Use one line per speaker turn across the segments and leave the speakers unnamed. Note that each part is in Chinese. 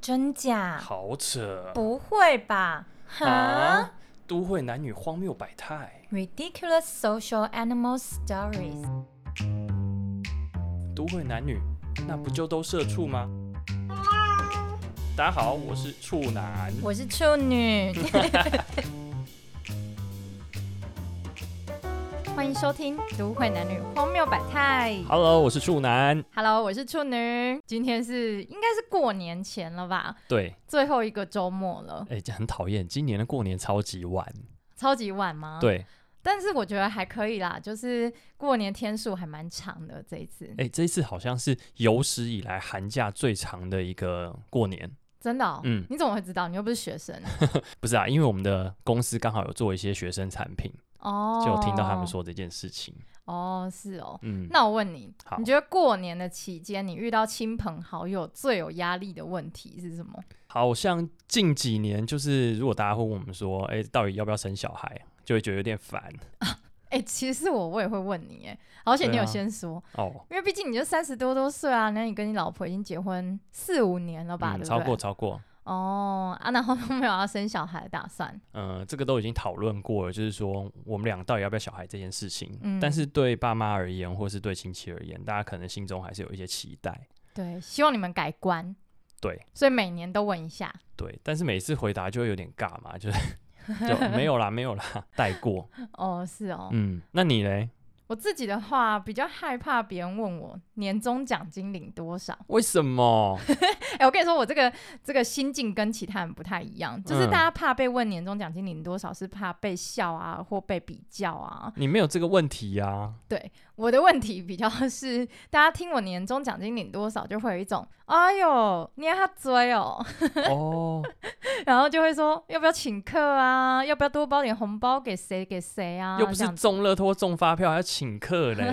真假？
好扯
不会吧？啊哈
啊！都会男女荒谬百态，
，Ridiculous social animal stories。
都会男女那不就都社畜吗？大家好，我是处男。
我是处 女，欢迎收听《都会男女荒谬百态》。
Hello，我是处男。
Hello，我是处女，今天是应该是过年前了吧？
对，
最后一个周末了，
哎、这很讨厌，今年的过年超级晚。
超级晚吗？。
对，
但是我觉得还可以啦，就是过年天数还蛮长的这一次，
哎、这一次好像是有史以来寒假最长的一个过年。
真的、哦。
嗯，
你怎么会知道？你又不是学生
不是啊，因为我们的公司刚好有做一些学生产品，
哦。
就有听到他们说这件事情。
哦，是哦。
嗯，
那我问你
好，
你觉得过年的期间，你遇到亲朋好友最有压力的问题是什么？
好像近几年就是，如果大家会问我们说，哎、到底要不要生小孩，就会觉得有点烦
哎、其实我我也会问你，哎，而且你
对
有
啊
先说，
哦。
因为毕竟你就三十多多岁啊，那你跟你老婆已经结婚四五年了吧，
嗯，
对不对？
超过超过，
哦啊，然后都没有要生小孩的打算，
嗯，这个都已经讨论过了，就是说我们俩到底要不要小孩这件事情。
嗯
但是对爸妈而言，或是对亲戚而言，大家可能心中还是有一些期待。
对，希望你们改观，
对
所以每年都问一下。
对，但是每次回答就会有点尬嘛， 就是就没有啦，没有啦，带过。
哦，是哦，
嗯，那你嘞？
我自己的话比较害怕别人问我年终奖金领多少。
为什么？
哎、我跟你说，我这个这个心境跟其他人不太一样，
嗯
就是大家怕被问年终奖金领多少，是怕被笑啊或被比较啊。
你没有这个问题呀、啊？
我的问题比较是，大家听我年终奖金领多少，就会有一种哎呦你还追哦，
哦，
然后就会说要不要请客啊，要不要多包点红包给谁给谁啊，
又不
这
是
样子
中乐透中发票，还要请客嘞。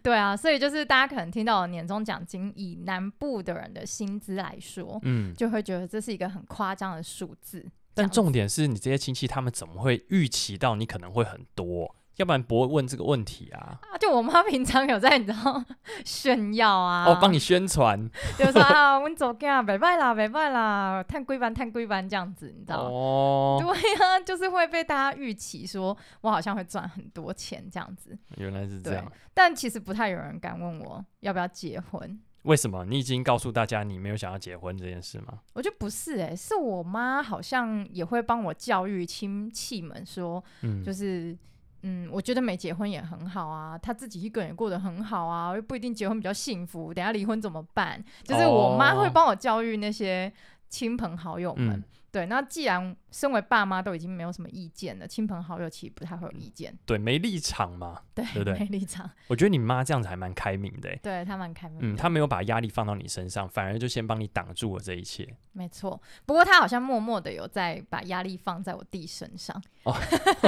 对啊，所以就是大家可能听到我年终奖金，以南部的人的薪资来说，
嗯，
就会觉得这是一个很夸张的数字。这
但
样子
重点是你这些亲戚他们怎么会预期到你可能会很多？要不然不会问这个问题啊。
啊，就我妈 平常有在你知道炫耀啊，
哦，帮你宣传
就是 说啊，我走家拜拜啦，拜拜啦，探龟班探龟班这样子，你知道吗？
哦，
对呀、就是会被大家预期说我好像会赚很多钱这样子，
原来是这
对
样。
但其实不太有人敢问我要不要结婚。
为什么你已经告诉大家你没有想要结婚这件事吗？
我觉得不是诶、是我妈好像也会帮我教育亲戚们说，
嗯，
就是嗯，我觉得没结婚也很好啊，她自己一个人也过得很好啊，又不一定结婚比较幸福，等下离婚怎么办？就是我妈会
哦
帮我教育那些亲朋好友们。
嗯
对，那既然身为爸妈都已经没有什么意见了，亲朋好友其实不太会有意见，
对，没立场嘛。
对，
对 对
没立场，
我觉得你妈这样子还蛮开明的欸。
对他蛮开明的，
嗯，她没有把压力放到你身上，反而就先帮你挡住了这一切。
没错。不过他好像默默的有在把压力放在我弟身上，
哦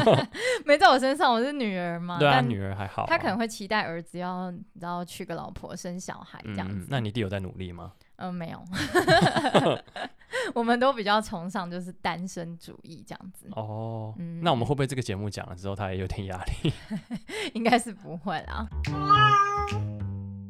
没在我身上，我是女儿嘛，
对啊，
但
女儿还好啊、
他可能会期待儿子要然后娶个老婆生小孩这样
嗯
子，，
那你弟有在努力吗？
嗯、没 有， 我们都比较崇尚就是单身主义这样子，
哦，
嗯
那我们会不会这个节目讲了之后，他也有点压力？
应该是不会啦。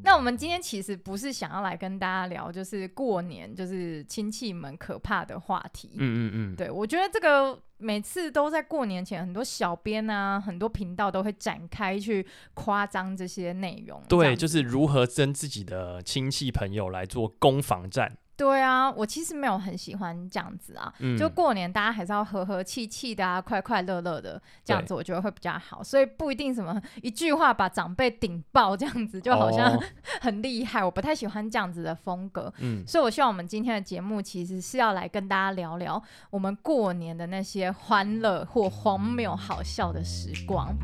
那我们今天其实不是想要来跟大家聊，就是过年就是亲戚们可怕的话题。
嗯嗯嗯，
对我觉得这个每次都在过年前，很多小编啊，很多频道都会展开去夸张这些内容。这样
对，
子
就是如何跟自己的亲戚朋友来做攻防战。
对啊，我其实没有很喜欢这样子啊。
嗯，
就过年，大家还是要和和气气的啊，快快乐乐的，这样子我觉得会比较好。所以不一定什么一句话把长辈顶爆这样子，就好像、
哦
很厉害，我不太喜欢这样子的风格。
嗯，
所以，我希望我们今天的节目其实是要来跟大家聊聊我们过年的那些欢乐或荒谬好笑的时光。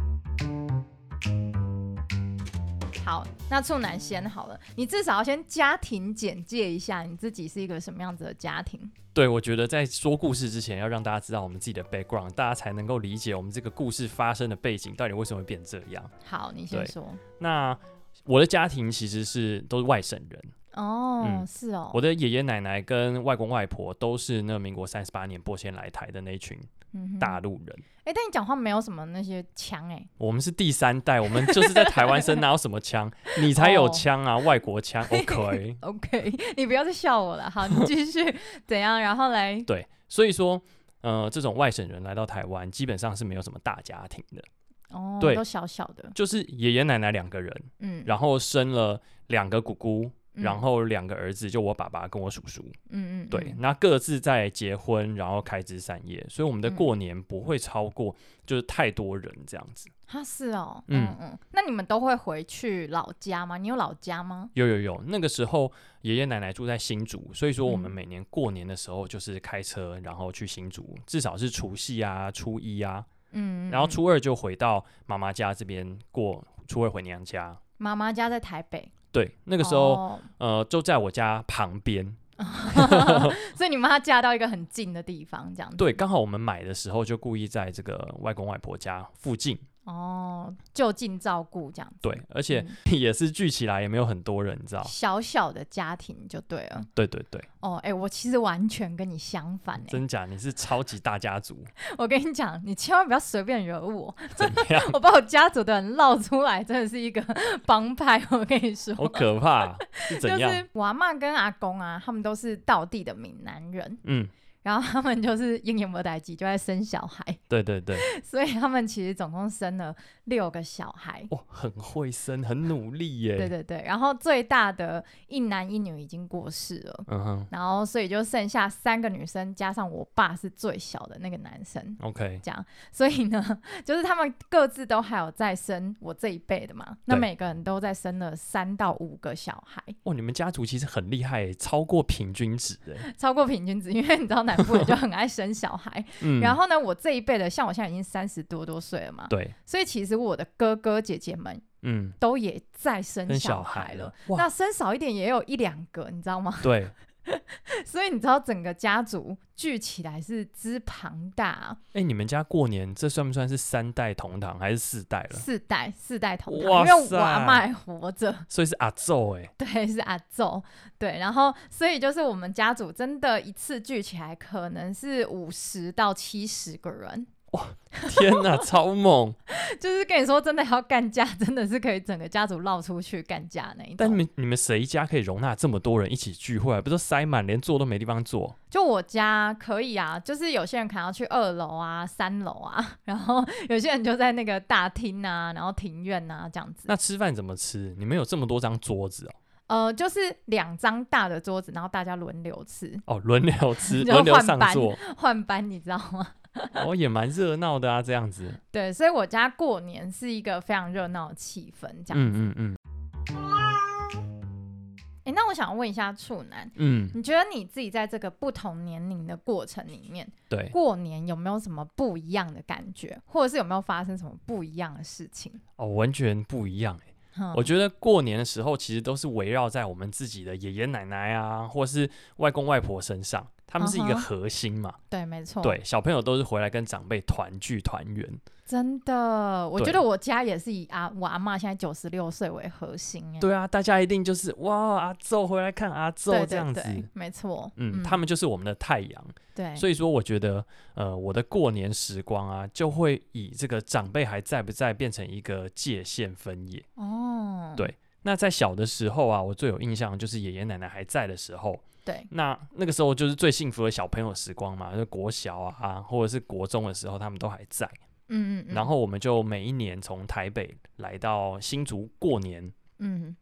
好，那处男先好了，你至少要先家庭简介一下你自己是一个什么样子的家庭。
对，我觉得在说故事之前，要让大家知道我们自己的 background，大家才能够理解我们这个故事发生的背景到底为什么会变这样。
好，你先
对
说。
那我的家庭其实是都是外省人，
哦，
嗯
是哦，
我的爷爷奶奶跟外公外婆都是那民国三十八年播迁来台的那一群
嗯哼
大陆人。
哎、但你讲话没有什么那些腔哎、
我们是第三代，我们就是在台湾 生，哪有什么枪？你才有
哦
枪啊，外国枪。OK，
OK，你不要再笑我了，好，你继续 怎样？然后来，
对，所以说，呃，这种外省人来到台湾，基本上是没有什么大家庭的，
哦，
对
都小小的，
就是爷爷奶奶两个人，
嗯，
然后生了两个姑姑，
嗯
然，后两个儿子，就我爸爸跟我叔叔。
嗯嗯，
对
嗯，，
那各自在结婚，然后开枝散叶，所以我
嗯
们的过年不会超过就是太多人这样子。
他是哦，
嗯
嗯嗯，那你们都会回去老家吗？你有老家吗？
有有有，那个时候爷爷奶奶住在新竹，所以说我们
嗯
每年过年的时候就是开车，然后去新竹，至少是除夕啊、初一啊，
嗯，嗯
然后
嗯
初二就回到妈妈家这边过，初二回娘家。
妈妈家在台北，哦
对，
那
那个时候、呃就在我家旁边，
嗯所以你妈嫁到一个很近的地方，这样子，
对，，刚好我们买的时候就故意在这个外公外婆家附近。
哦，就近照顾这样子，
对，而且
嗯
也是聚起来也没有很多人，你知道？
小小的家庭就对了。
对对对，
哦，哎、我其实完全跟你相反哎、
真假你是超级大 家族，
我跟你讲，你千万不要随便惹我，
怎么样？
我把我家族的人绕出来，真的是一个 帮派。我跟你说，
好可怕 啊、是
就
怎样？
是我阿妈跟阿公啊，他们都是道地的闽南人，
嗯，
然后他们就是英年没代际，就在生小孩，
对对对，
所以他们其实总共生了六个小孩。
哇，很会生，很努力耶。
对对对，然后最大的一男一女已经过世了，
嗯哼
然后所以就剩下三个女生，加上我爸是最小的那个男生。
，OK，
这样，所以呢， 就是他们各自都还有在生我这一辈的嘛，那
对
每个人都在生了三到五个小孩，
哇，你们家族其实很厉害耶，超过平均值哎。
超过平均值，因为你知道南部人就很爱生小孩。
嗯，
然
后
后呢，我这一辈的，像我现在已经三十多多岁了嘛，
对，
所以其实我的哥哥姐姐们
嗯，
都也在生
跟
小
小
孩
孩
了
了。，哇，
那生少一点也有一两个，你知道吗？
对，
所以你知道整个家族聚起来是之庞大啊、
哎，你们家过年这算不算是三代同堂还是四代 了？
四代四代同堂，
啊哇
因为我
塞
阿妈还活着，
所以是阿奏哎，
对，是阿昼，对，然后所以就是我们家族真的一次聚起来可能是五十到七十个人，
天哪，超猛！
就是跟你说真的要干架，真的是可以整个家族绕出去干架那一
但你
种。
们你们谁家可以容纳这么多人一起聚会啊？不是塞满，连坐都没地方坐。
就我家可以啊，就是有些人可能要去二楼啊、三楼啊， 然后有些人就在那个大厅啊，然后庭院啊这样子。
那吃饭怎么吃？你们有这么多张桌子哦，
呃，就是两张大的桌子，然后大家轮流吃，
哦，轮流吃，
就
轮流
换
上
班
座，
换班，你知道吗？
哦，也蛮热闹的啊，这样子。
对，所以我家过年是一个非常热闹的气氛，这样子。
嗯嗯嗯
哎、那我想问一下处男，
嗯，
你觉得你自己在这个不同年龄的过程里面，
对，
过年有没有什么不一样的感觉，或者是有没有发生什么不一样的事情？
哦，完全不一样欸。
嗯
我觉得过年的时候，其实都是围绕在我们自己的爷爷奶奶啊，或是外公外婆身上，他们是一个
嗯哼
核心嘛。
对，没错，，
对，小朋友都是回来跟长辈团聚团圆。
真的，我
对
觉得我家也是以阿我阿妈现在九十六岁为核心、欸，
对啊，大家一定就是哇，阿奏回来看阿
对
奏这样子。
对哎对没错，
嗯，他们就是我们的太阳，
对，
所以说我觉得，呃，我的过年时光啊，就会以这个长辈还在不在变成一个界限分野。
哦，
对那在小的时候啊，我最有印象就是爷爷奶奶还在的时候，
对，
那那个时候就是最幸福的小朋友时光嘛，就是国小啊，或者是国中的时候，他们都还在。
嗯嗯嗯，
然后我们就每一年从台北来到新竹过年，
嗯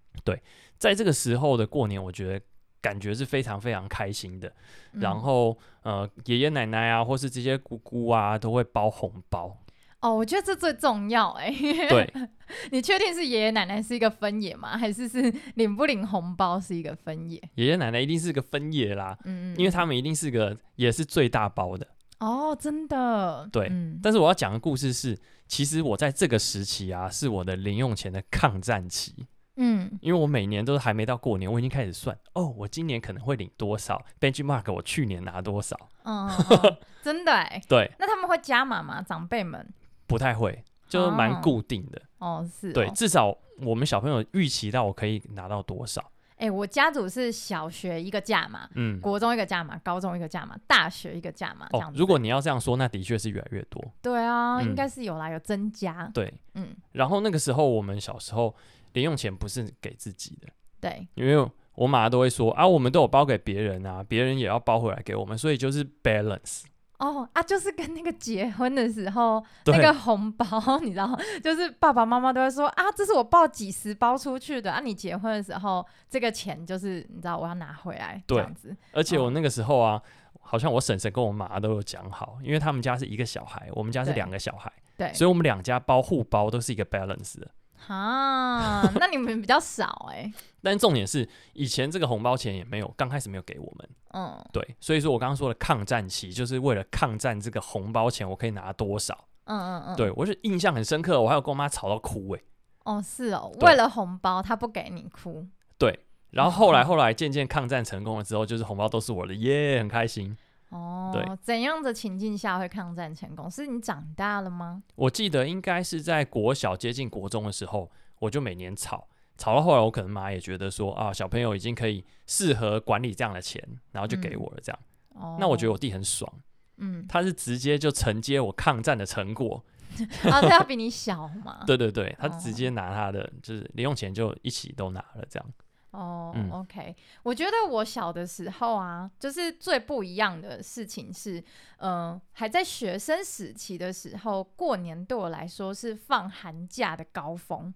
在这个时候的过年，我觉得感觉是非常非常开心的。
嗯
然后呃，爷爷奶奶啊，或是这些姑姑啊，都会包红 包。
哦，我觉得这最重要哎、欸，
对，
你确定是爷爷奶奶是一个分野吗？还是是领不领红包是一个分野？
爷爷奶奶一定是个分野啦，
嗯，嗯
因为他
嗯
们一定是个也是最大包的。
哦，真的，
对
嗯，
但是我要讲的故事是，其实我在这个时期啊，是我的零用钱的抗战期，
嗯，
因为我每年都是还没到过年，我已经开始算哦，我今年可能会领多少，benchmark 我去年拿多少。
嗯，嗯嗯真的哎，
对，
那他们会加码吗？长辈们？
不太会，就是蛮
哦
固定的。
哦，是哦，
对，至少我们小朋友预期到我可以拿到多少。
哎、我家族是小学一个价码，
嗯，
国中一个价码，高中一个价码，大学一个价码，这样
哦，
子。
如果你要这样说，那的确是越来越多。
对啊，
嗯
应该是有啦，有增加。
对，
嗯，
然后那个时候我们小时候零用钱不是给自己的，
对，
因为我妈都会说啊，我们都有包给别人啊，别人也要包回来给我们，所以就是 balance。
哦啊，就是跟那个结婚的时候
对，
那个红包， 你知道，就是爸爸妈妈都会说啊，这是我报几十包出去的啊，你结婚的时候这个钱就是你知道我要拿回来这
对
样子。
而且我那个时候啊，好像我婶婶跟我妈都有讲好，因为他们家是一个小孩，我们家是
对
两个小孩，
对，
所以我们两家包互包都是一个 balance 的。
啊，那你们比较少哎、
但重点是，以前这个红包钱也没有，刚开始没有给我们。
嗯
对，所以说我刚刚说的抗战期，就是为了抗战这个红包钱，我可以拿多少？
嗯嗯嗯，，
对我是印象很深刻，我还有跟我妈吵到哭欸诶、
哦是哦，
对
为了红包他不给你哭，
对，然 后后来后来渐渐抗战成功了之后，就是红包都是我的，耶、很开心。
哦
对，
怎样的情境下会抗战成功？是你长大了吗？
我记得应该是在国小接近国中的时候，我就每年吵，吵到后来我可能妈也觉得说啊，小朋友已经可以适合管理这样的钱，然后就给
嗯
我了这样。
哦，
那我觉得我弟很爽，
嗯，
他是直接就承接我抗战的成果，
啊，他要比你小嘛，
对对对，他
哦
直接拿他的就是零用钱就一起都拿了这样。
哦、
嗯
o k 我觉得我小的时候啊，就是最不一样的事情是，嗯、还在学生时期的时候，过年对我来说是放寒假的高峰，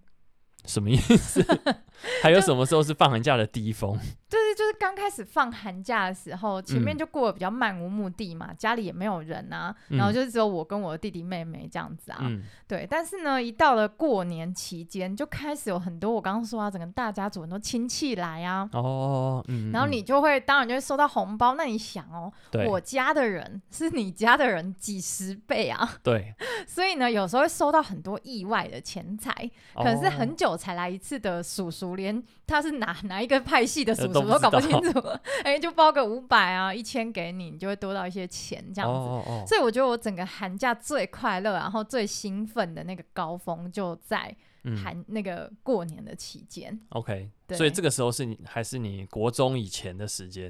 什么意 思？还有什么时候是放寒假的低峰？
就是就是刚开始放寒假的时候，前面
嗯
就过得比较漫无目的嘛，家里也没有人啊，然后
嗯
就是只有我跟我的弟弟妹妹这样子啊，
嗯，
对，但是呢，一到了过年期间，就开始有很多我刚刚说啊，整个大家族很多亲戚来啊，
哦，嗯，
然后
嗯
你就会当然就会收到红包。那你想哦，
对
我家的人是你家的人几十倍啊，
对，
所以呢，有时候会收到很多意外的钱财，可能是
哦
很久才来一次的叔叔，连他是哪哪一个派系的叔
呃
叔
都不
都搞不
知
清
道
楚， 哎，就包个五百啊、一千给你，你就会多到一些钱这样子。
哦哦哦
所以我觉得我整个寒假最快乐，然后最兴奋的那个高峰就在
嗯
寒、那个过年的期间，
OK，
对
所以这个时候是你还是你国中以前的时间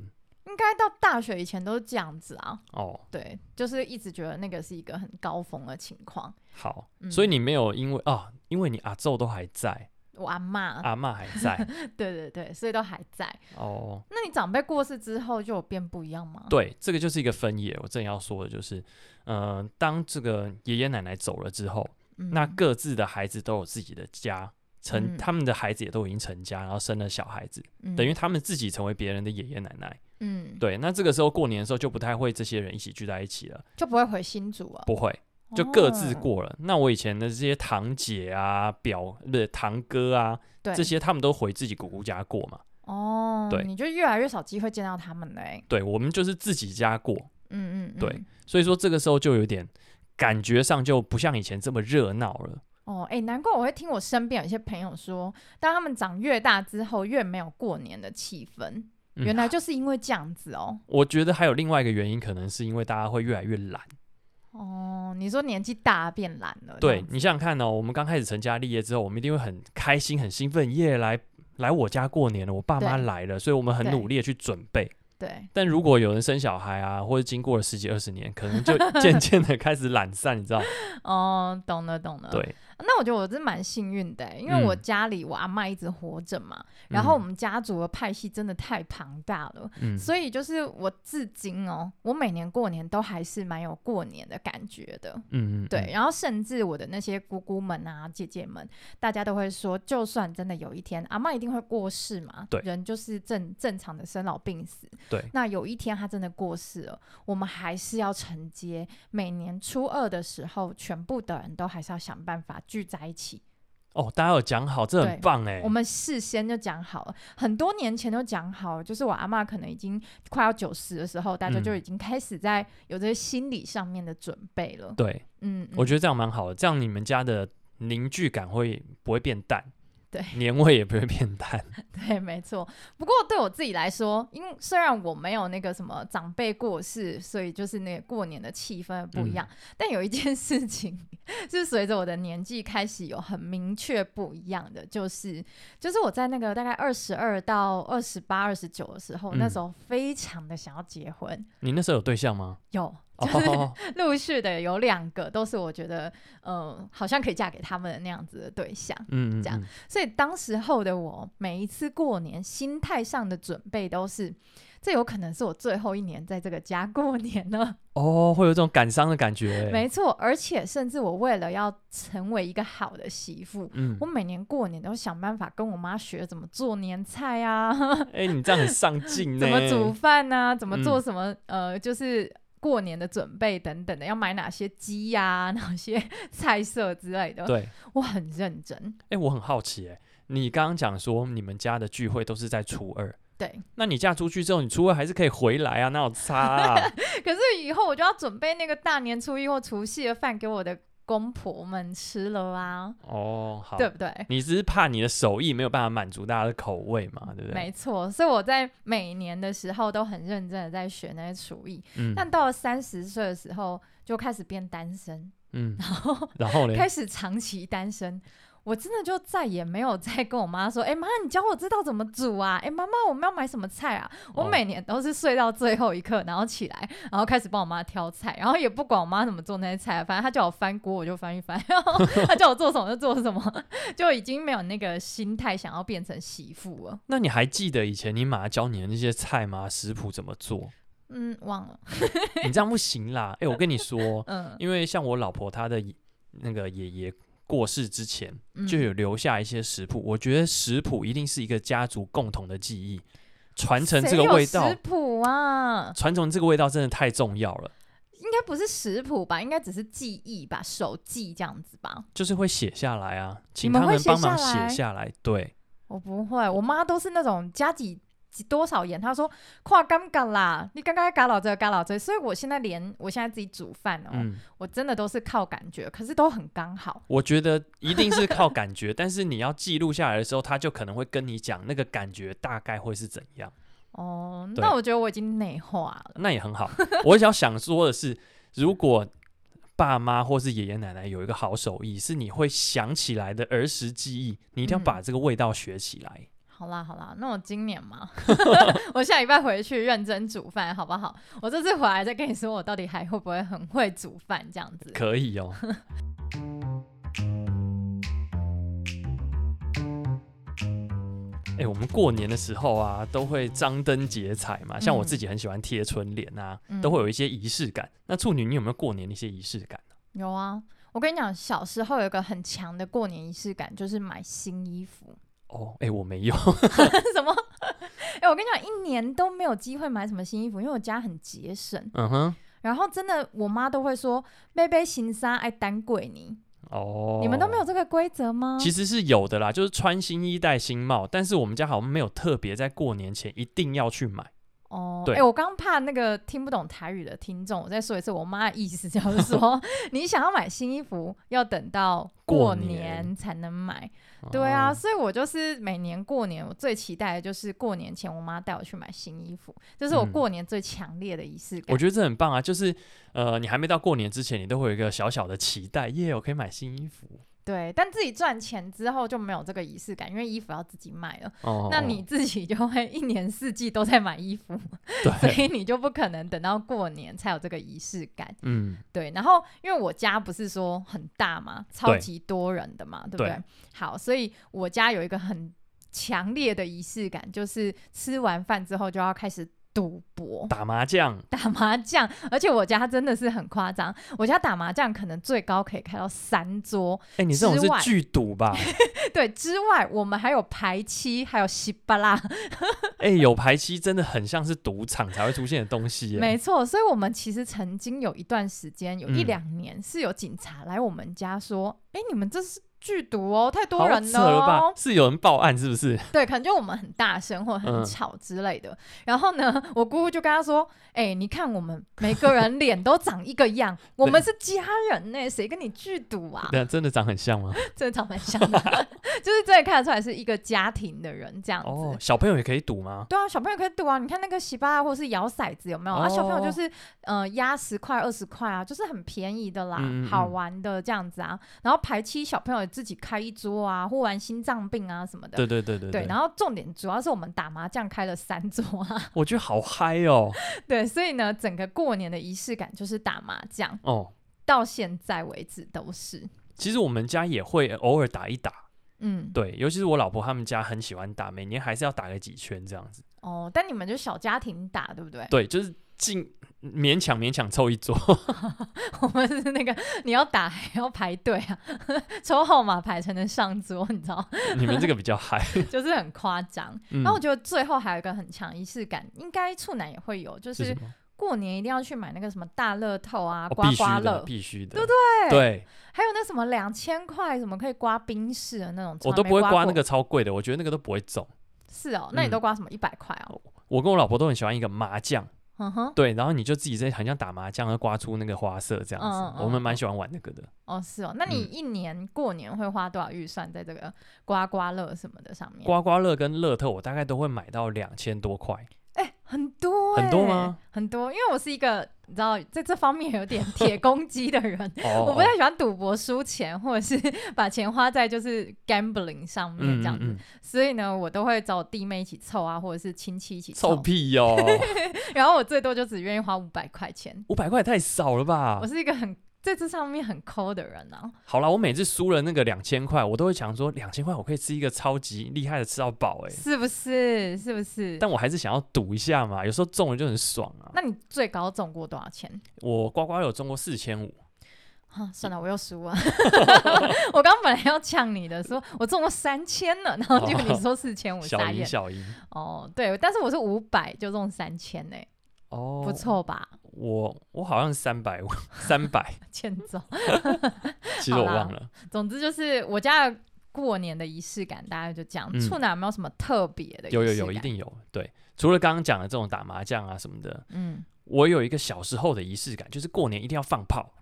应该到大学以前都是这样子啊。
哦。
对，就是一直觉得那个是一个很高峰的情况。
好，
嗯
所以你没有因为啊，因为你阿昼都还在，
我阿妈、
阿嬷还在
对对对，所以都还在。
哦。
那你长辈过世之后就有变不一样吗？
对，这个就是一个分野。我正要说的就是，呃，当这个爷爷奶奶走了之后，
嗯，
那各自的孩子都有自己的家，成、
嗯
他们的孩子也都已经成家，然后生了小孩子，
嗯
等于他们自己成为别人的爷爷奶奶。
嗯，
对，那这个时候过年的时候就不太会这些人一起聚在一起了，
就不会回新竹了，
不会。就各自
哦。
过了。那我以前的这些堂姐啊、表不是堂哥啊，
对，
这些他们都回自己姑姑家过嘛。
哦，
对
你就越来越少机会见到他们了欸。
对，我们就是自己家过，
嗯嗯，嗯
对。所以说这个时候就有点感觉上就不像以前这么热闹了。
哦，哎、难怪我会听我身边有一些朋友说，当他们长越大之后，越没有过年的气氛。
嗯
原来就是因为这样子哦。
我觉得还有另外一个原因，可能是因为大家会越来越懒。
哦，你说年纪大变懒了，这
对
样子
你想想看哦，我们刚开始成家立业之后，我们一定会很开心、很兴奋，耶，来来我家过年了，我爸妈
对
来了，所以我们很
对
努力的去准备。
对，
但如果有人生小孩啊，或者经过了十几二十年，可能 就渐渐的开始懒散，你知道？
哦，懂了懂了。，
对，嗯
那我觉得我是蛮幸运的欸，因为我家里我阿嬷一直活着嘛，然后我们家族的派系真的太庞大了，
嗯，
所以就是我至今哦，我每年过年都还是蛮有过年的感觉的。
嗯嗯，嗯
对，，然后甚至我的那些姑姑们啊、姐姐们，大家都会说，就算真的有一天阿嬷一定会过世嘛，
对
人就是正正常的生老病死，
对
那有一天她真的过世了，我们还是要承接，每年初二的时候，全部的人都还是要想办法聚在一起。
哦，大家有讲好，这
对
很棒哎
我，们事先就讲好了，很多年前都讲好了，就是我阿嬷可能已经快要九十的时候，大家
嗯
就已经开始在有这些心理上面的准备了。
对，
嗯，
我
嗯
觉得这样蛮好的，这样你们家的凝聚感会不会变淡？
对，
年味也不会变淡。
对，没错。不过对我自己来说，因为虽然我没有那个什么长辈过世，所以就是那个过年的气氛不一样，但有一件事情是随着我的年纪开始有很明确不一样的，就是就是我在那个大概二十二到二十八、二十九的时候，那
嗯
时候非常的想要结婚，
你那时候有对象吗？
有
哦，
陆续的有两个都是我觉得，呃，好像可以嫁给他们的那样子的对象。
嗯，嗯
这样
嗯
所以当时候的我，每一次过年心态上的准备都是，这有可能是我最后一年在这个家过年了。
哦，会有这种感伤的感觉。
没错，而且甚至我为了要成为一个好的媳妇。
嗯
我，每年过年都想办法跟我妈学怎么做年菜啊，
哎、你这样很上进呢。
怎么煮饭啊，怎么做
嗯
什么、呃，就是过年的准备等等的，要买哪些鸡呀、 哪些菜色之类的。
对，
我很认真，
哎、我很好奇、哎，你刚刚讲说你们家的聚会都是在初二，
对。
那你嫁出去之后，你初二还是可以回来啊，哪有 差啊？
可是以后我就要准备那个大年初一或除夕的饭给我的公婆们吃了啊，
哦，好，
对不对？
你只是怕你的手艺没有办法满足大家的口味嘛，对不对？
没错，所以我在每年的时候都很认真的在学那些厨艺，
嗯
但到了三十岁的时候就开始变单身，
嗯，
然后
然后嘞，
开始长期单身。我真的就再也没有再跟我妈说，哎、妈，你教我知道怎么煮啊！哎、妈妈，我们要买什么菜啊？我
哦
每年都是睡到最后一刻，然后起来，然后开始帮我妈挑菜，然后也不管我妈怎么做那些菜，啊反正她叫我翻锅我就翻一 翻，然后她叫我做什么就做什么，就已经没有那个心态想要变成媳妇了。
那你还记得以前你妈教你的那些菜吗？食谱怎么做？
嗯，忘了，
你这样不行啦！哎、我跟你说，
嗯，
因为像我老婆她的那个爷爷过世之前，
嗯
就有留下一些食谱。我觉得食谱一定是一个家族共同的记忆，传承这
谁
个
有
味道
食，谱啊，
传承这个味道真的太重要了。
应该不是食谱吧？应该只是记忆吧，手记这样子吧。
就是会写下来啊，请
们
他
会
们
写
帮忙
下来
写下来。对，
我不会，我妈都是那种加几几多少盐，她说跨尴尬啦，你刚刚嘎老这个嘎老这个所以我现在连我现在自己煮饭哦，
嗯，
我真的都是靠感觉，可是都很刚好。
我觉得一定是靠感觉，但是你要记录下来的时候，他就可能会跟你讲那个感觉大概会是怎样，
哦，
对
那我觉得我已经内化了。
那也很好。我想想说的是，如果爸妈或是爷爷奶奶有一个好手艺，是你会想起来的儿时记忆，你一定要
嗯
把这个味道学起来。
好啦好啦，那我今年 嘛，我下礼拜回去认真煮饭好不好？我这次回来再跟你说，我到底还会不会很会煮饭这样子。
可以 哦。哎、我们过年的时候啊，都会张灯结彩嘛。像我
嗯
自己很喜欢贴春联啊，
嗯
都会有一些仪式感。那处女，你有没有过年的一些仪式感？
有啊，我跟你讲，小时候有一个很强的过年仪式感，就是买新衣服。
哦，哎、我没有。
什么？哎、我跟你讲，一年都没有机会买什么新衣服，因为我家很节省。
嗯哼，
然后真的，我妈都会说“妹妹行纱爱单贵你”，
哦，
你们都没有。这个规则吗？
其实是有的啦，就是穿新衣戴新帽，但是我们家好像没有特别在过年前一定要去买。
哦，哎、
对
我刚怕那个听不懂台语的听众，我再说一次，我妈的意思就是说， 你想要买新衣服，要等到过
过年
年才能买。对啊，
哦，
所以我就是每年过年，我最期待的就是过年前，我妈带我去买新衣服，这是我
嗯
过年最强烈的仪式感。
我觉得这很棒啊，就是呃，你还没到过年之前，你都会有一个小小的期待，耶，我可以买新衣服。
对，但自己赚钱之后就没有这个仪式感，因为衣服要自己买了，
哦，
那你自己就会一年四季都在买衣 服，所
对，
以你就不可能等到过年才有这个仪式感。
嗯，
对，然后因为我家不是说很大嘛，超
对
级多人的嘛，对不对？
对
好，所以我家有一个很强烈的仪式感，就是吃完饭之后就要开始赌博。
打麻将，
打麻将，而且我家真的是很夸张，我家打麻将可能最高可以开到三桌，
哎、你这种
之
是
外
剧赌吧？
对，之外我们还有排期，还有稀巴拉，
哎、有排期真的很像是赌场才会出现的东西耶。
没错。所以我们其实曾经有一段时间，有一
嗯
两年是有警察来我们家说：“哎、你们这是剧毒哦，太多
好
人
扯了吧
哦？。
是有人报案是不是？
对，可能就我们很大声或
嗯
很吵之类的。然后呢，我姑姑就跟他说：“哎、你看我们每个人脸都长一个样，我们是家人呢、谁跟你剧毒啊？
那真的长很像吗？
真的长蛮像的， 就是真的看得出来是一个家庭的人这样子。
哦，小朋友也可以赌吗？
对啊，小朋友可以赌啊！你看那个洗巴啊，或是摇骰子有没有、啊？小朋友
哦
就是呃压十块二十块啊，就是很便宜的啦，
嗯嗯嗯
好玩的这样子啊。然后排期小朋友自己开一桌啊，或玩心脏病啊什么的。
对对对对
对，然后重点主要是我们打麻将开了三桌啊，
我觉得好嗨哦
对，所以呢，整个过年的仪式感就是打麻将，
哦。
到现在为止都是，
其实我们家也会偶尔打一打，
嗯，
对，尤其是我老婆他们家很喜欢打，每年还是要打个几圈这样子。
哦，但你们就小家庭打，对不 对？
对，就是尽勉强勉强凑一桌。
我们是那个你要打还要排队啊， 抽号码牌才能上桌，你知道，
你们这个比 较嗨。
就是很夸张。
嗯
然后我觉得最后还有一个很强仪式感，应该处男也会有，就是是
什么？
过年一定要去买那个什么大乐透啊、
哦
刮
必
刮
须的，
乐，
必须的，
对
对对，
还有那什么两千块什么可以刮冰室的那种，
我
从来
都
没
不会刮
刮
那
过
个超贵的，我觉得那个都不会中。
是哦，那你
嗯
都刮什么一百块哦？
我跟我老婆都很喜欢一个麻将，
嗯哼，
对，然后你就自己在很像打麻将，然后刮出那个花色这样子，
嗯嗯嗯
我们蛮喜欢玩那个的。
哦是哦，那你
嗯
一年过年会花多少预算在这个刮刮乐什么的上面？
刮刮乐跟乐透，我大概都会买到两千多块，
哎、很多、欸，
很多吗？
很多，因为我是一个你知道在这方面有点铁公鸡的人，
哦，
我不太喜欢赌博输钱，或者是 把钱花在就是 gambling 上面
嗯
这样
嗯
子，
嗯，
所以呢，我都会找我弟妹一起凑啊，或者是亲戚一起
臭
凑，
屁 哟、
然后我最多就只愿意花五百块钱，
五百块太少了吧
我？是一个很在这上面很抠的人啊。
好啦，我每次输了那个两千块，我都会想说两千块我可以吃一个超级厉害的吃到饱哎、
是不是？是不是？
但我还是想要赌一下嘛，有时候中了就很爽啊。
那你最高中过多少钱？
我刮刮乐有中过四千五，
啊，算了，我又输 了。我刚本来要呛你的，说我中过三千了，然后结果你说四千，我
小
傻
赢
眼。
小赢
哦，对，但是我是五百就中三千呢，
哦，
不。错吧？
我我好像三百五 三百，
欠揍。
其实我
好啦
忘了。
总之就是我家的过年的仪式感，大概就这样。
嗯
处男有没有什么特别的？
有有有，一。定有。对，除了刚刚讲的这种打麻将啊什么的，
嗯，
我有一个小时候的仪式感，就是过年一定要放炮，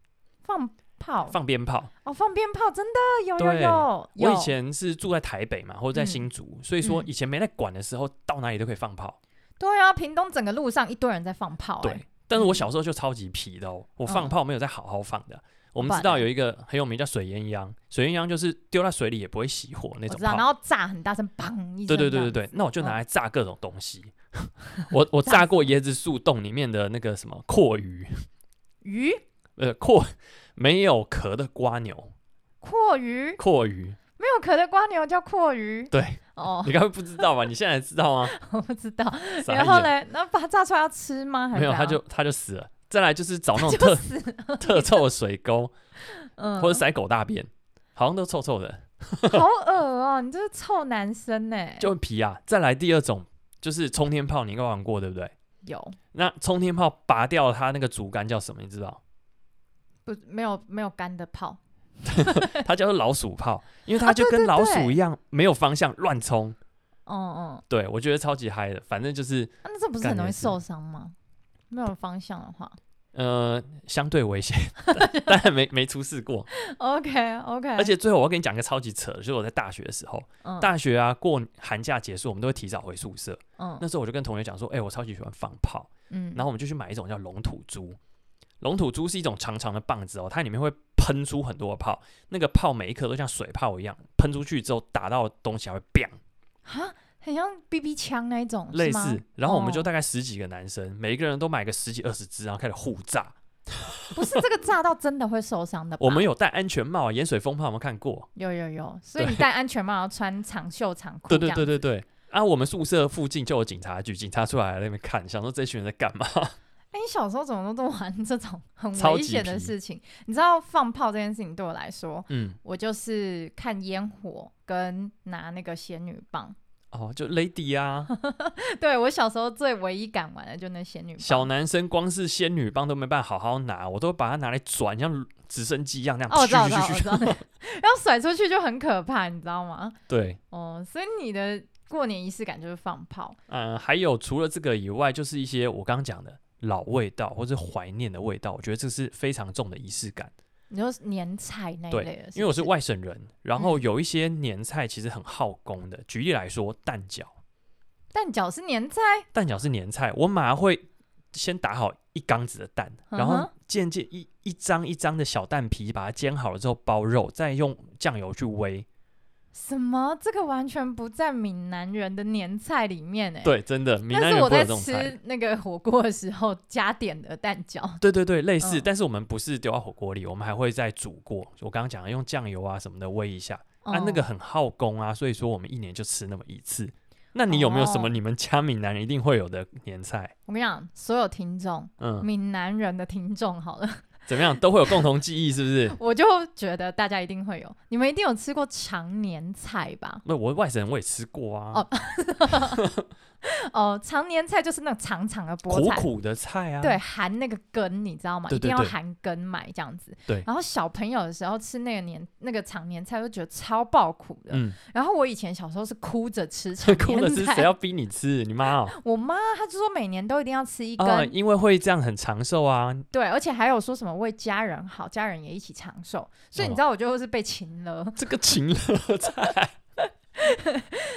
放炮，
放鞭炮。
哦，放鞭炮，真的有有
对
有。
我以
有
前是住在台北嘛，或者在
嗯
新竹，所以说
嗯
以前没在管的时候，到哪里都可以放炮。
对啊，屏东整个路上一堆人在放炮、哎
对，但是我小时候就超级皮的哦，我
嗯
放炮没有在好好放的。我
不
们
然
知道
呢
有一个很有名叫水鸳鸯，水鸳鸯就是丢在水里也不会熄火那
我
种
知道，然
炮。
后炸很大声，砰一声。
对对对对对，，那我就拿
嗯
来炸各种东西。 我我炸过椰子树洞里面的那个什么阔鱼，
鱼
呃阔没有壳的瓜牛，
阔鱼
阔鱼，
没有壳的瓜牛叫阔鱼。
对
哦，
你刚刚不知道吧？你现在知道 吗？
我不知道。
傻
然后
眼
嘞，那把它炸出来要吃吗？还是
没有，
怎
他
样
就他就死了。再来就是找那种
哦 就
特
死 了，
特臭的水沟，
嗯，
或者塞狗大便，好像都臭臭的。
好恶哦，你这是臭男生欸呢。
就很皮啊。再来第二种就是冲天炮，你应该玩过对不对？
有
那冲天炮拔掉它那个竹竿叫什么？你知道？
不没有没有干的炮，
它叫做老鼠炮，因为
啊
它就
对
跟
对
老
对
鼠一样没有方向乱冲。
嗯嗯，
对我觉得超级嗨的，反正就是
啊那这不是
干
很容
也
易
是
受伤吗？没有方向的话
呃相对危险， 但当然没没出事过。
，OK OK，
而且最后我要跟你讲个超级扯的，就是我在大学的时候，
嗯
大学啊过寒假结束，我们都会提早回宿舍。
嗯
那时候我就跟同学讲说，哎、我超级喜欢放炮。
嗯，
然后我们就去买一种叫龙吐珠。龙吐珠是一种长长的棒子哦，它里面会喷出很多的泡，那个泡每一颗都像水泡一样，喷出去之后打到东西还会 bang，
哈，很像 BB 枪那一种，哦
类
是吗
似。然后我们就
哦
大概十几个男生，每一个人都买个十几二十支，然后开始互炸。
不是这个炸到真的会受伤的吧。
我们有戴安全帽啊，盐水风炮有没有看过？
有有有，所以
对
你戴安全帽要穿长袖长裤，
对对对，对对。啊，我们宿舍附近就有警察局，警察出来在那边看，想说这群人在干嘛？
哎、你小时候怎么都都玩这种很
超
危
级
险的
皮
事情？你知道放炮这件事情对我来说，
嗯，
我就是看烟火跟拿那个仙女棒。
哦，就 Lady 啊，
对我小时候最唯一敢玩的就那仙女棒
小男生光是仙女棒都没办法好好拿，我都把它拿来转，像直升机一样那样。
哦，我知道，我知道，
咻
我
咻咻
知道， 然后甩出去就很可怕，你知道吗？
对，
哦，所以你的过年仪式感就是放炮，
嗯，还有除了这个以外，就是一些我刚刚讲的老味道或者怀念的味道，我觉得这是非常重的仪式感。
你就是年菜那一
对
类的，
因为我是
不
外省人，然后
嗯
有一些年菜其实很耗工的。举例来说，蛋饺，
蛋饺是年菜，
蛋饺是年菜，我马上会先打好一缸子的蛋，然
嗯
后
哼
渐渐一一张一张的小蛋皮把它煎好了之后包肉，再用酱油去煨。
什么？这个完全不在闽南人的年菜里面哎、欸。
对，真的，闽
但
南
是
人
我
不会有
在
这种菜。
吃那个火锅的时候加点的蛋饺，
对对对，类似，
嗯
但是我们不是丢到火锅里，我们还会再煮过。我刚刚讲的用酱油啊什么的煨一下，啊，
哦
那个很耗工啊，所以说我们一年就吃那么一次。那你有没有什么
哦
你们家闽南人一定会有的年菜？
我跟你讲，所有听众，
嗯，
闽南人的听众好了，
怎么样都会有共同记忆，是不是？
我就觉得大家一定会有，你们一定有吃过常年菜吧？
那我外省人我也吃过啊，
哦哦，常年菜就是那种长长的菠
苦
菜，
苦的菜啊，
对，含那个根，你知道吗？
对对
一定
对
要含根买这样子。
对
然后小朋友的时候吃那个年那个常年菜，就觉得超爆苦的。
嗯，
然后我以前小时候是哭着吃常
哭的
年
是
菜，
谁要逼你吃？你妈哦，
我妈她就说每年都一定要吃 一根，
啊，因为会这样很长寿啊，
对，而且还有说什么为家人好，家人也一起长寿。所以
哦
你知道我就是被擒了。
这 个情乐菜，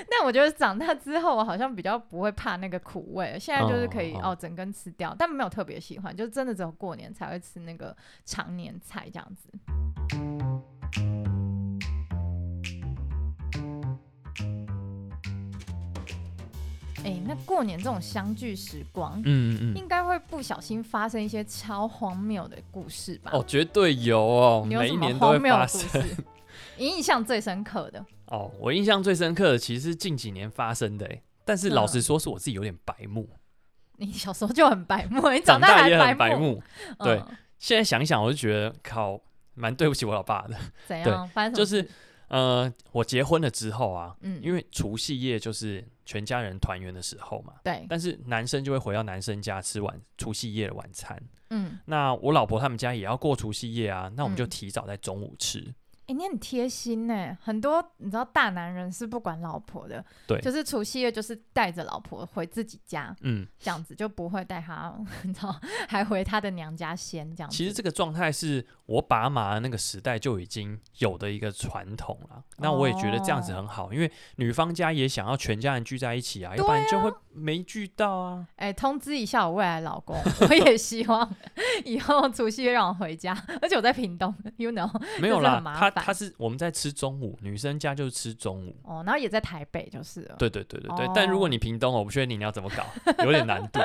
但我觉得长大之后，我好像比较不会怕那个苦味了，现在就是可以
哦
哦
哦哦
整根吃掉，但没有特别喜欢，就真的只有过年才会吃那个常年菜这样子。哎、那过年这种相聚时光，
嗯 嗯嗯，
应该会不小心发生一些超荒谬的故事吧？
哦，绝对有哦，
你有
每一
什么
年都会
荒谬
发
的故
生。
事？ 你印象最深刻的
哦，我印象最深刻的其实是近几年发生的欸，但
嗯
是老实说是我自己有点白 目，
你小时候就很白目，你
长
大
也很
还
白
目，
目。对
嗯
现在想一想，我就觉得靠，蛮对不起我老 爸的。
怎样？发生什
就
么事
是呃，我结婚了之后啊，
嗯，
因为除夕夜就是全家人团圆的时候嘛，
对，
但是男生就会回到男生家吃晚除夕夜的晚餐。
嗯，
那我老婆他们家也要过除夕夜啊，那我们就
嗯
提早在中午吃。
哎、你很贴心呢、很多你知道大男人是不管老婆的，
对
就是除夕夜就是带着老婆回自己家，
嗯，
这样子就不会带她， 你知道，还回她的娘家先这样子。
其实这个状态是我爸妈那个时代就已经有的一个传统了。那我也觉得这
哦
样子很好，因为女方家也想要全家人聚在一起啊，要不然就会没聚到 啊。
哎、通知一下我未来老公，我也希望以后除夕夜让我回家，而且我在屏东，you know，
没有
就是
啦
很，麻
他
烦
他是我们在吃中午，女生家就是吃中午。
哦，然后也在台北就是了，
对对对对对，但
哦
如果你屏东，我不确定你要怎么搞，有点难度。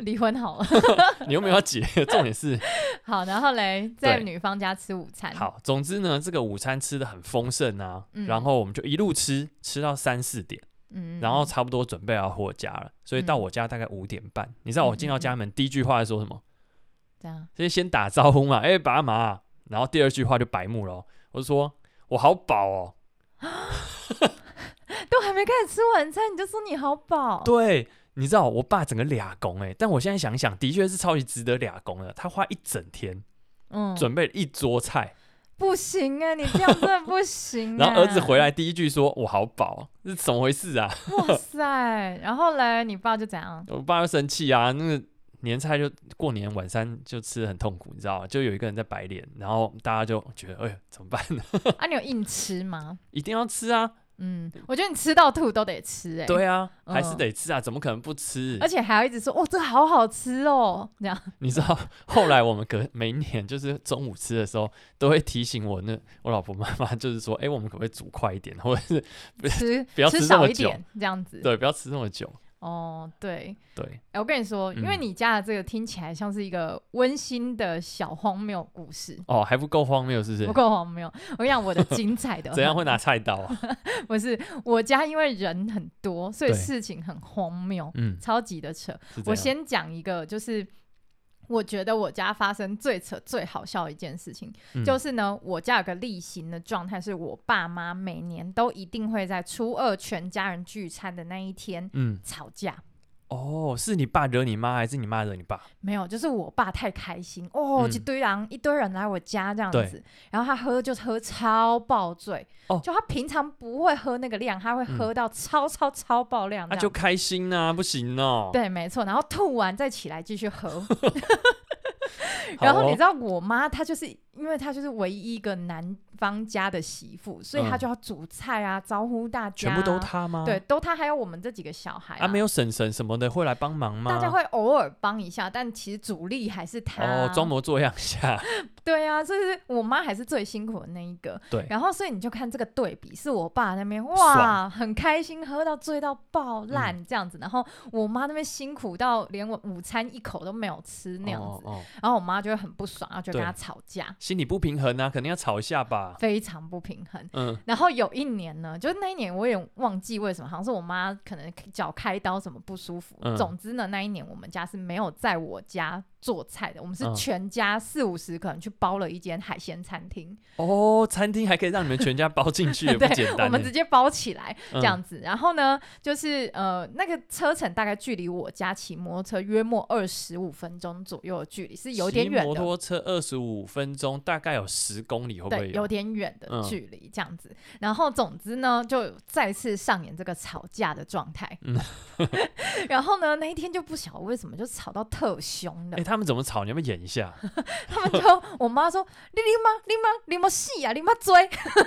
离婚好了。
你又没有要结， 重点
嗯
是
好，然后嘞，在
对
女方家吃午餐，，
好。总之呢，这个午餐吃的很丰盛啊，
嗯
然后我们就一路吃吃到三四点。
嗯，
然后差不多准备要回我家了，所以到
嗯
我家大概五点半。你知道我进到家门第一句话在说什么？
这样，
先先打招呼嘛，哎、爸妈。然后第二句话就白目了哦，我就说我好饱哦。
都还没开始吃晚餐，你就说你好饱，
对，你知道我爸整个俩工哎，但我现在想一想，的确是超级值得俩工的。他花一整天
嗯，
准备了一桌菜，
不行哎、你这样真的不行、啊
然后儿子回
来，
来第一句说我好饱，哦是怎么回事啊？
哇塞，然后嘞，你爸就怎样？
我爸就生气啊，那个年菜就过年晚餐就吃的很痛苦，你知道吗？就有一个人在白脸，然后大家就觉得哎呦怎么办呢？
啊，你有硬吃吗？
一定要吃啊，
嗯，我觉得你吃到吐都得吃哎、。
对啊，
嗯
还是得吃啊，怎么可能不吃
而？且还要一直说，哦，这个好好吃哦，这样
你知道，后来我们隔每一年就是中午吃的时候，都会提醒我那我老婆妈妈，就是说，哎、我们可不可以煮快一点，或者 是
吃
不要
吃
吃这
少
么
一
久
点，这样子。
对，不要吃那么久，
哦，对，
对，
哎、我跟你说，因为
嗯
你家的这个听起来像是一个温馨的小荒谬故事，
哦，还不够荒谬是不是
不？够荒谬。我跟你讲，我的精彩的
怎样会拿菜刀啊？
不是我家，因为人很多，所以
对
事情很荒谬，
嗯，
超级的扯。
是这
我
样。
先讲一个，就是我觉得我家发生最扯、最好笑的一件事情，
嗯
就是呢，我家有个例行的状态，是我爸妈每年都一定会在初二全家人聚餐的那一天
嗯，
吵架。
哦，是你爸惹你妈，还是你妈惹你爸？
没有，就是我爸太开心哦，
嗯
一堆人一堆人来我家这样子，然后他喝就喝超爆醉，
哦嗯
就他平常不会喝那个量，他会喝到超超超爆量这
啊，
样
就开心呐、不行哦。
对，啊没错，然后吐完再起来继续 喝。
好哦，
然后你知道我妈她就是因为她就是唯一一个男方家的媳妇，所以她
嗯
就要煮菜啊，招呼大家啊、
全部都他吗？
对，都她还有我们这几个小孩
啊，没
有。
有婶婶什么的会来帮忙吗？
大家会啊偶尔帮一下，但其实主力还是她。
哦，装模作样一下，
对啊，就是我妈还是最辛苦的那一个。
对，
然后所以你就看这个对比，是我爸那边哇
爽嗯
很开心，喝到醉到爆烂这样子，然后我妈那边辛苦到连我午餐一口都没有吃那样子，
哦哦，
然后我妈就会很不爽，然后就跟
对
她吵架，
心理不平衡啊，肯定要吵一下吧。
非常不平衡。
嗯，
然后有一年呢，就是那一年我有点忘记为什么，好像是我妈可能脚开刀什么不舒服。
嗯
总之呢，那一年我们家是没有在我家做菜的，我们是
嗯
全家四五十可能去包了一间海鲜餐厅，
哦，餐厅还可以让你们全家包进 去，也不
对
简单欸
我
呢。
们直接包起来
嗯
这样子。然后呢，就是呃那个车程大概距离我家骑摩托车约莫二十五分钟左右的距离，是有点
骑
远
摩
的。
托车二十五分钟，大概有十公里，会不
对，
会
有点远的
嗯
距离这样子。然后总之呢，就再次上演这个吵架的状态。
嗯
然后呢，那一天就不晓得为什么就吵到特凶的
哎、，他们怎么吵？你要不要演一下？
他们就我妈说：“你你妈你妈你妈戏啊，你妈追，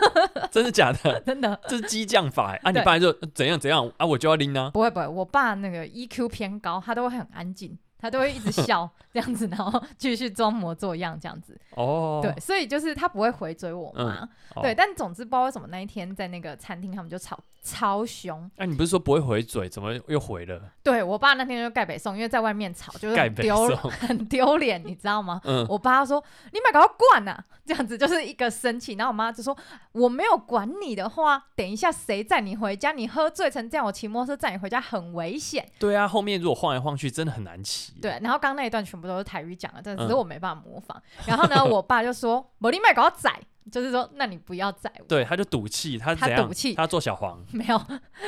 真的假的？
真的。”
这是激将法哎、啊！你
对
爸就呃怎样怎样啊，我就要拎啊。
不会不会，我爸那个 EQ 偏高，他都会很安静，他都会一直 笑这样子，然后继续装模作样这样子。
哦，
对，所以就是他不会回追我
嗯
妈。
哦
对，但总之不知道为什么那一天在那个餐厅，他们就吵超凶。
哎、你不是说不会回嘴，怎么又回了？
对我爸那天就盖北宋，因为在外面吵，就是
盖
很嗯
北
丢
宋
很丢脸，你知道吗？
嗯，
我爸说：“你买搞管呐、啊这样子就是一个生气。然后我妈就说：“我没有管你的话，等一下谁载你回家？你喝醉成这样，我骑摩托车载你回家很危险。
对啊，后面如果晃来晃去，真的很难骑。”，
对，然后刚刚那一段全部都是台语讲的，但只是
嗯
我没办法模仿。然后呢，我爸就说：“我你买搞载，就是说那你不要载我。”
对，他就赌气，他是
他
怎样？
赌气
他做小黄
没有，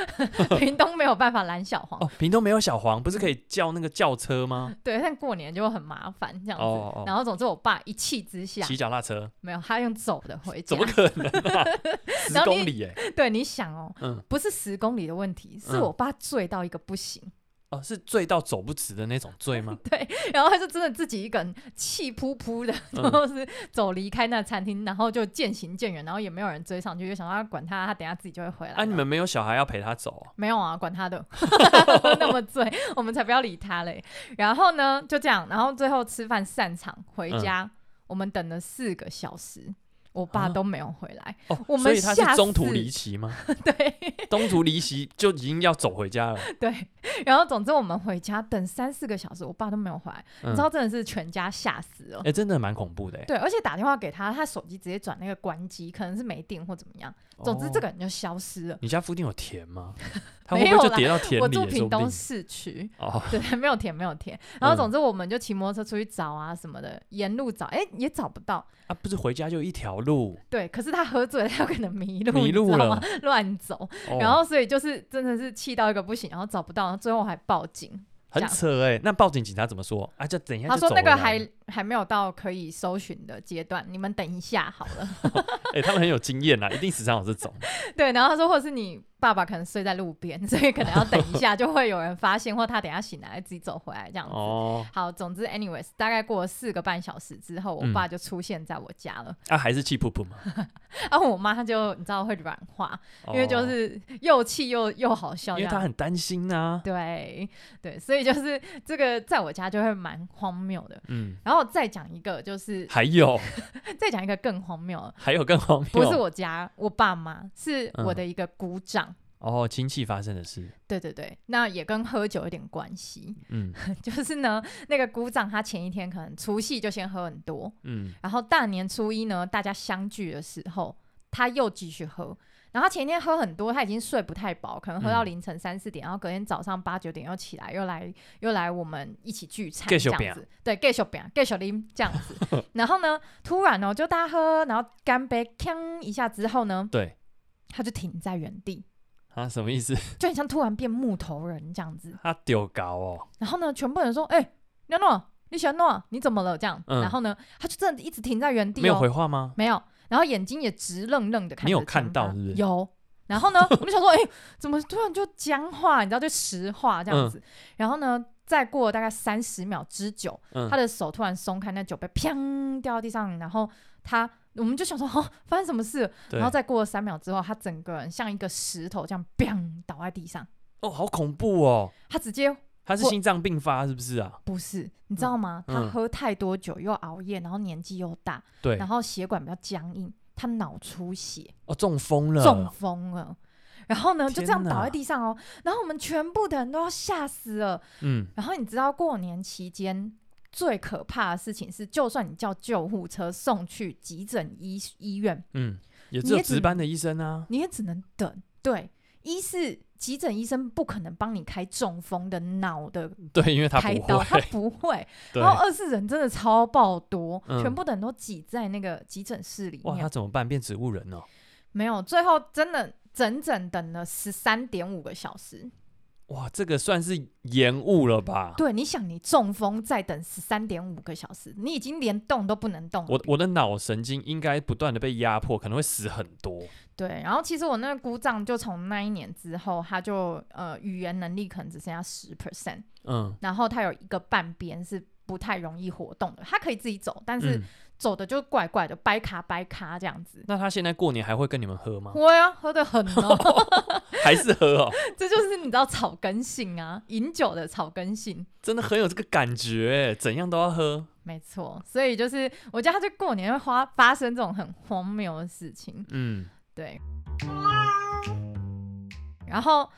屏东没有办法拦小黄，
哦，屏东没有小黄，不是可以叫那个轿车吗？
对，但过年就会很麻烦这样子。
哦哦
然后总之，我爸一气之下，
骑脚踏车，
没有，他用走的回家
怎。么可能啊？十
然后你
公里哎、
对，你想哦，
嗯
不是十公里的问题，是
嗯
我爸醉到一个不行，
哦，是醉到走不直的那种 醉吗？
然后他就真的自己一个人气扑扑的，
嗯
然后是走离开那餐厅，然后就渐行渐远，然后也没有人追上去，就想要管他，他等下自己就会回来的。
啊，你们没有小孩要陪他走啊、
没有啊，管他的， 那么醉，我们才不要理他嘞。然后呢，就这样，然后最后吃饭散场回家，
嗯
我们等了四个小时，我爸
啊
都没有回来。
哦，
我们
所以他
吓
是中
死
途离奇吗？
对
中途离席就已经要走回家了。
对，然后总之我们回家等三四个小时，我爸都没有回来，
嗯
你知道真的是全家吓死了
哎、。真的蛮恐怖的、欸。
对，而且打电话给他，他手机直接转那个关机，可能是没电或怎么样。总之，这
哦、
个人就消失了。
你家附近有 田吗？他
没
会不
有
会
啦
就跌到田
我
里
住
也说
屏
不
东
定？
市区，
哦，
对，没有填，没有填。然后
嗯
总之我们就骑摩托车出去找啊什么的，沿路找，哎、也找不到。
啊，不是回家就一条路，
对，可是他喝醉了，他有可能迷路，
迷
你
路
知道
了
吗？乱走，
哦、
然后所以就是真的是气到一个不行，然后找不到，然后最后还报警。这
很
样
扯哎、那报警警察怎么说啊？就等一下
他
就走
说那
回来
个还还没有到可以搜寻的阶段，你们等一下好了。
哎、他们很有经验啦，一定时常有这种。
对，然后他说或者是你爸爸可能睡在路边，所以可能要等一下就会有人发现，或他等一下醒来自己走回来这样子。
哦，
好，总之，anyways，大概过了四个半小时之后，我
嗯
爸就出现在我家了。
啊，还是气噗噗嘛，
啊，我妈她就你知道会软化，因为就
哦
是又气又又好笑这
因为他
样。
很担心啊呐、
对对，所以就是这个在我家就会蛮荒谬的。
嗯，
然后再讲一个，就是
还有
再讲一个更荒谬的，
还有更荒谬，
不是我家我爸妈，是我
哦嗯
的一个姑丈。
哦，亲戚发生的事，
对对对，那也跟喝酒有点关系。
嗯
就是呢，那个姑丈他前一天可能除夕就先喝很多，
嗯，
然后大年初一呢，大家相聚的时候，他又继续喝。然后前一天喝很多，他已经睡不太饱，可能喝到
嗯
凌晨三四点，然后隔天早上八九点又起来，又来又来我们一起聚餐
继
这
续
样
拼
子，对，继续饼，继续啉这样 子。然后呢，突然哦，就大家喝，然后干杯，锵一下之后呢，
对
他就停在原地，
啊，什么意思？
就很像突然变木头人这样子。
他丢搞哦，
然后呢，全部人说：“哎、诺诺，你喜欢诺，你怎么了？”这样，
嗯
然后呢，他就真的一直停在原地、哦，
没有回话吗？
没有，然后眼睛也直愣愣的看着前方。
你有看到是不是
有。然后呢， 我就想说，哎、怎么突然就僵化？你知道，就石化这
嗯
样子。然后呢，再过大概三十秒之久，
嗯
他，的手突然松开，那酒杯砰掉到地上，然后他，我们就想说，哦，发生什么事了？
对
然后再过了三秒之后，他整个人像一个石头这样，砰倒在地上。
哦，好恐怖哦，
他直接
他是
我
心脏病发是不是啊？
不是，你知道吗？
嗯
他喝太多酒，又熬夜，然后年纪又大，
对
然，后血管比较僵硬，他脑出血。
哦，中风了，
中风了。然后呢，就
天
这样
哪
倒在地上哦。然后我们全部的人都要吓死了。
嗯，
然后你知道过年期间最可怕的事情是，就算你叫救护车送去急诊医医院，
嗯，也
你
只有
也只
值班的医生啊，
你也只能等。对，一是急诊医生不可能帮你开中风的脑的
对，因为他
开
不
刀，他哦
会，
不会。
对，
然后二是人真的超爆多，
嗯
全部的人都挤在那个急诊室里
哇，
面
他。怎么办？变植物人哦，
没有，最后真的整整等了十三点五个小时。
哇，这个算是延误了吧？
对，你想你中风再等十三点五个小时，你已经连动都不能动了。
我我的脑神经应该不断的被压迫，可能会死很多。
对，然后其实我那个姑丈就从那一年之后，他就呃语言能力可能只剩下十 percent，
嗯，
然后他有一个半边是不太容易活动的，他可以自己走，但是
嗯
走的就怪怪的，掰卡掰卡这样子。
那他现在过年还会跟你们喝吗？
我呀，喝的很哦，
还是喝哦？
这就是你知道草根性啊，饮酒的草根性。
真的很有这个感觉，怎样都要喝。
没错，所以就是我觉得他就过年会花发生这种很荒谬的事情，
嗯，
对。然后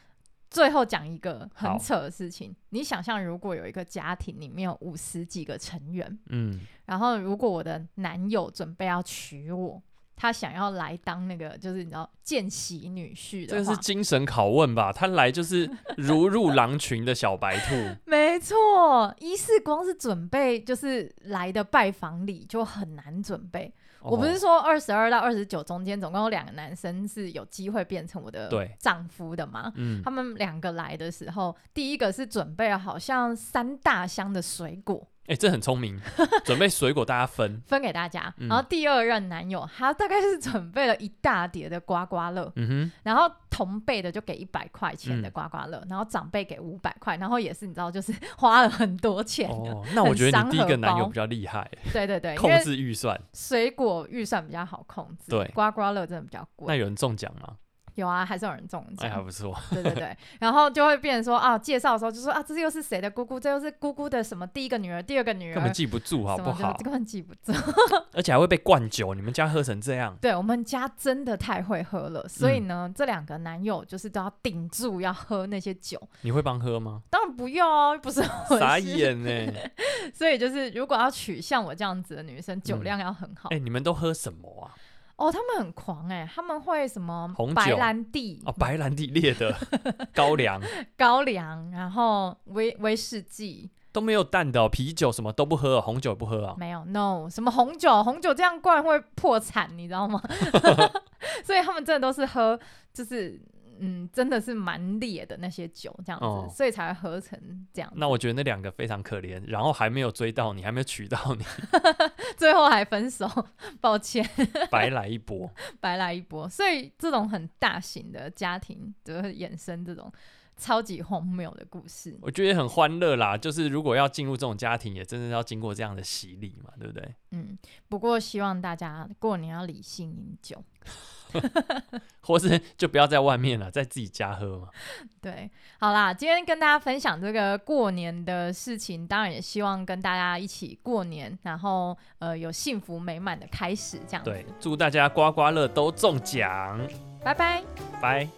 最后讲一个很
好
扯的事情，你想象如果有一个家庭里面有五十几个成员，
嗯，
然后如果我的男友准备要娶我，他想要来当那个就是你知道见习女婿
这个
的
是
话，
精神拷问吧？他来就是如入狼群的小白 兔，
没错，一是光是准备就是来的拜访礼就很难准备，我不是
哦
说二十二到二十九中间总共有两个男生是有机会变成我的
对
丈夫的嘛？
嗯
他，们两个来的时候，第一个是准备了好像三大箱的水果
哎、这很 聪明，准备水果大家分。
分给大家，
嗯
然后第二任男友他大概是准备了一大叠的刮刮乐，
嗯
然后同辈的就给一百块钱的
嗯
刮刮乐，然后长辈给五百块，然后也是你知道就是花了很多钱
哼，
的，
哦，那我觉得你第一个男
很伤荷
友
包
比较厉害，
对对对，因
控
为
制预算。
水果预算比较好控制，
对
刮刮乐真的比较
那
贵，
有人中奖吗？
有啊，还是有人中
哎，
奖
还。不错。
对对对，然后就会变成说啊，介绍的时候就说啊，这又是谁的姑姑，这又是姑姑的什么第一个女儿、第二个女
根本
儿，
记不住好
什
不
么
好
的，？根本记不住。
而且还会被灌酒，你们家喝成这样，
对我们家真的太会喝了，所
嗯
以呢，这两个男友就是都要顶住要喝那些酒，
你会帮喝吗？
当然不要哦，不 是我
傻
是。
眼呢、
所以就是如果要娶像我这样子的女生，酒量要 很好、
哎、你们都喝什么啊？
哦。他们很狂哎、他们会什么
红酒
白兰地、
哦，白兰地烈的 高粱
高粱，然后威威士忌，
都没有淡的、哦，啤酒什么都不喝、哦，红酒也不喝啊、
没有，no，什么红酒，红酒这样灌会破产，你知道吗？ 所以他们真的都是喝，就是嗯，真的是蛮烈的那些酒这样子，
哦
所以才会喝成这样，
那我觉得那两个非常可怜，然后还没有追到你，还没有娶到你，
最后还分手，抱歉，
白来一波。
白来一波。所以这种很大型的家庭就会衍生这种超级荒谬的故事。
我觉得也很欢乐啦，就是如果要进入这种家庭，也真的要经过这样的洗礼嘛，对不对？
嗯，不过希望大家过年要理性饮酒。
或是就不要在外面了，在自己家喝嘛。
对，好啦，今天跟大家分享这个过年的事情，当然也希望跟大家一起过年，然后呃有幸福美满的开始这样子。
对，祝大家刮刮乐都中奖，
拜拜。
拜。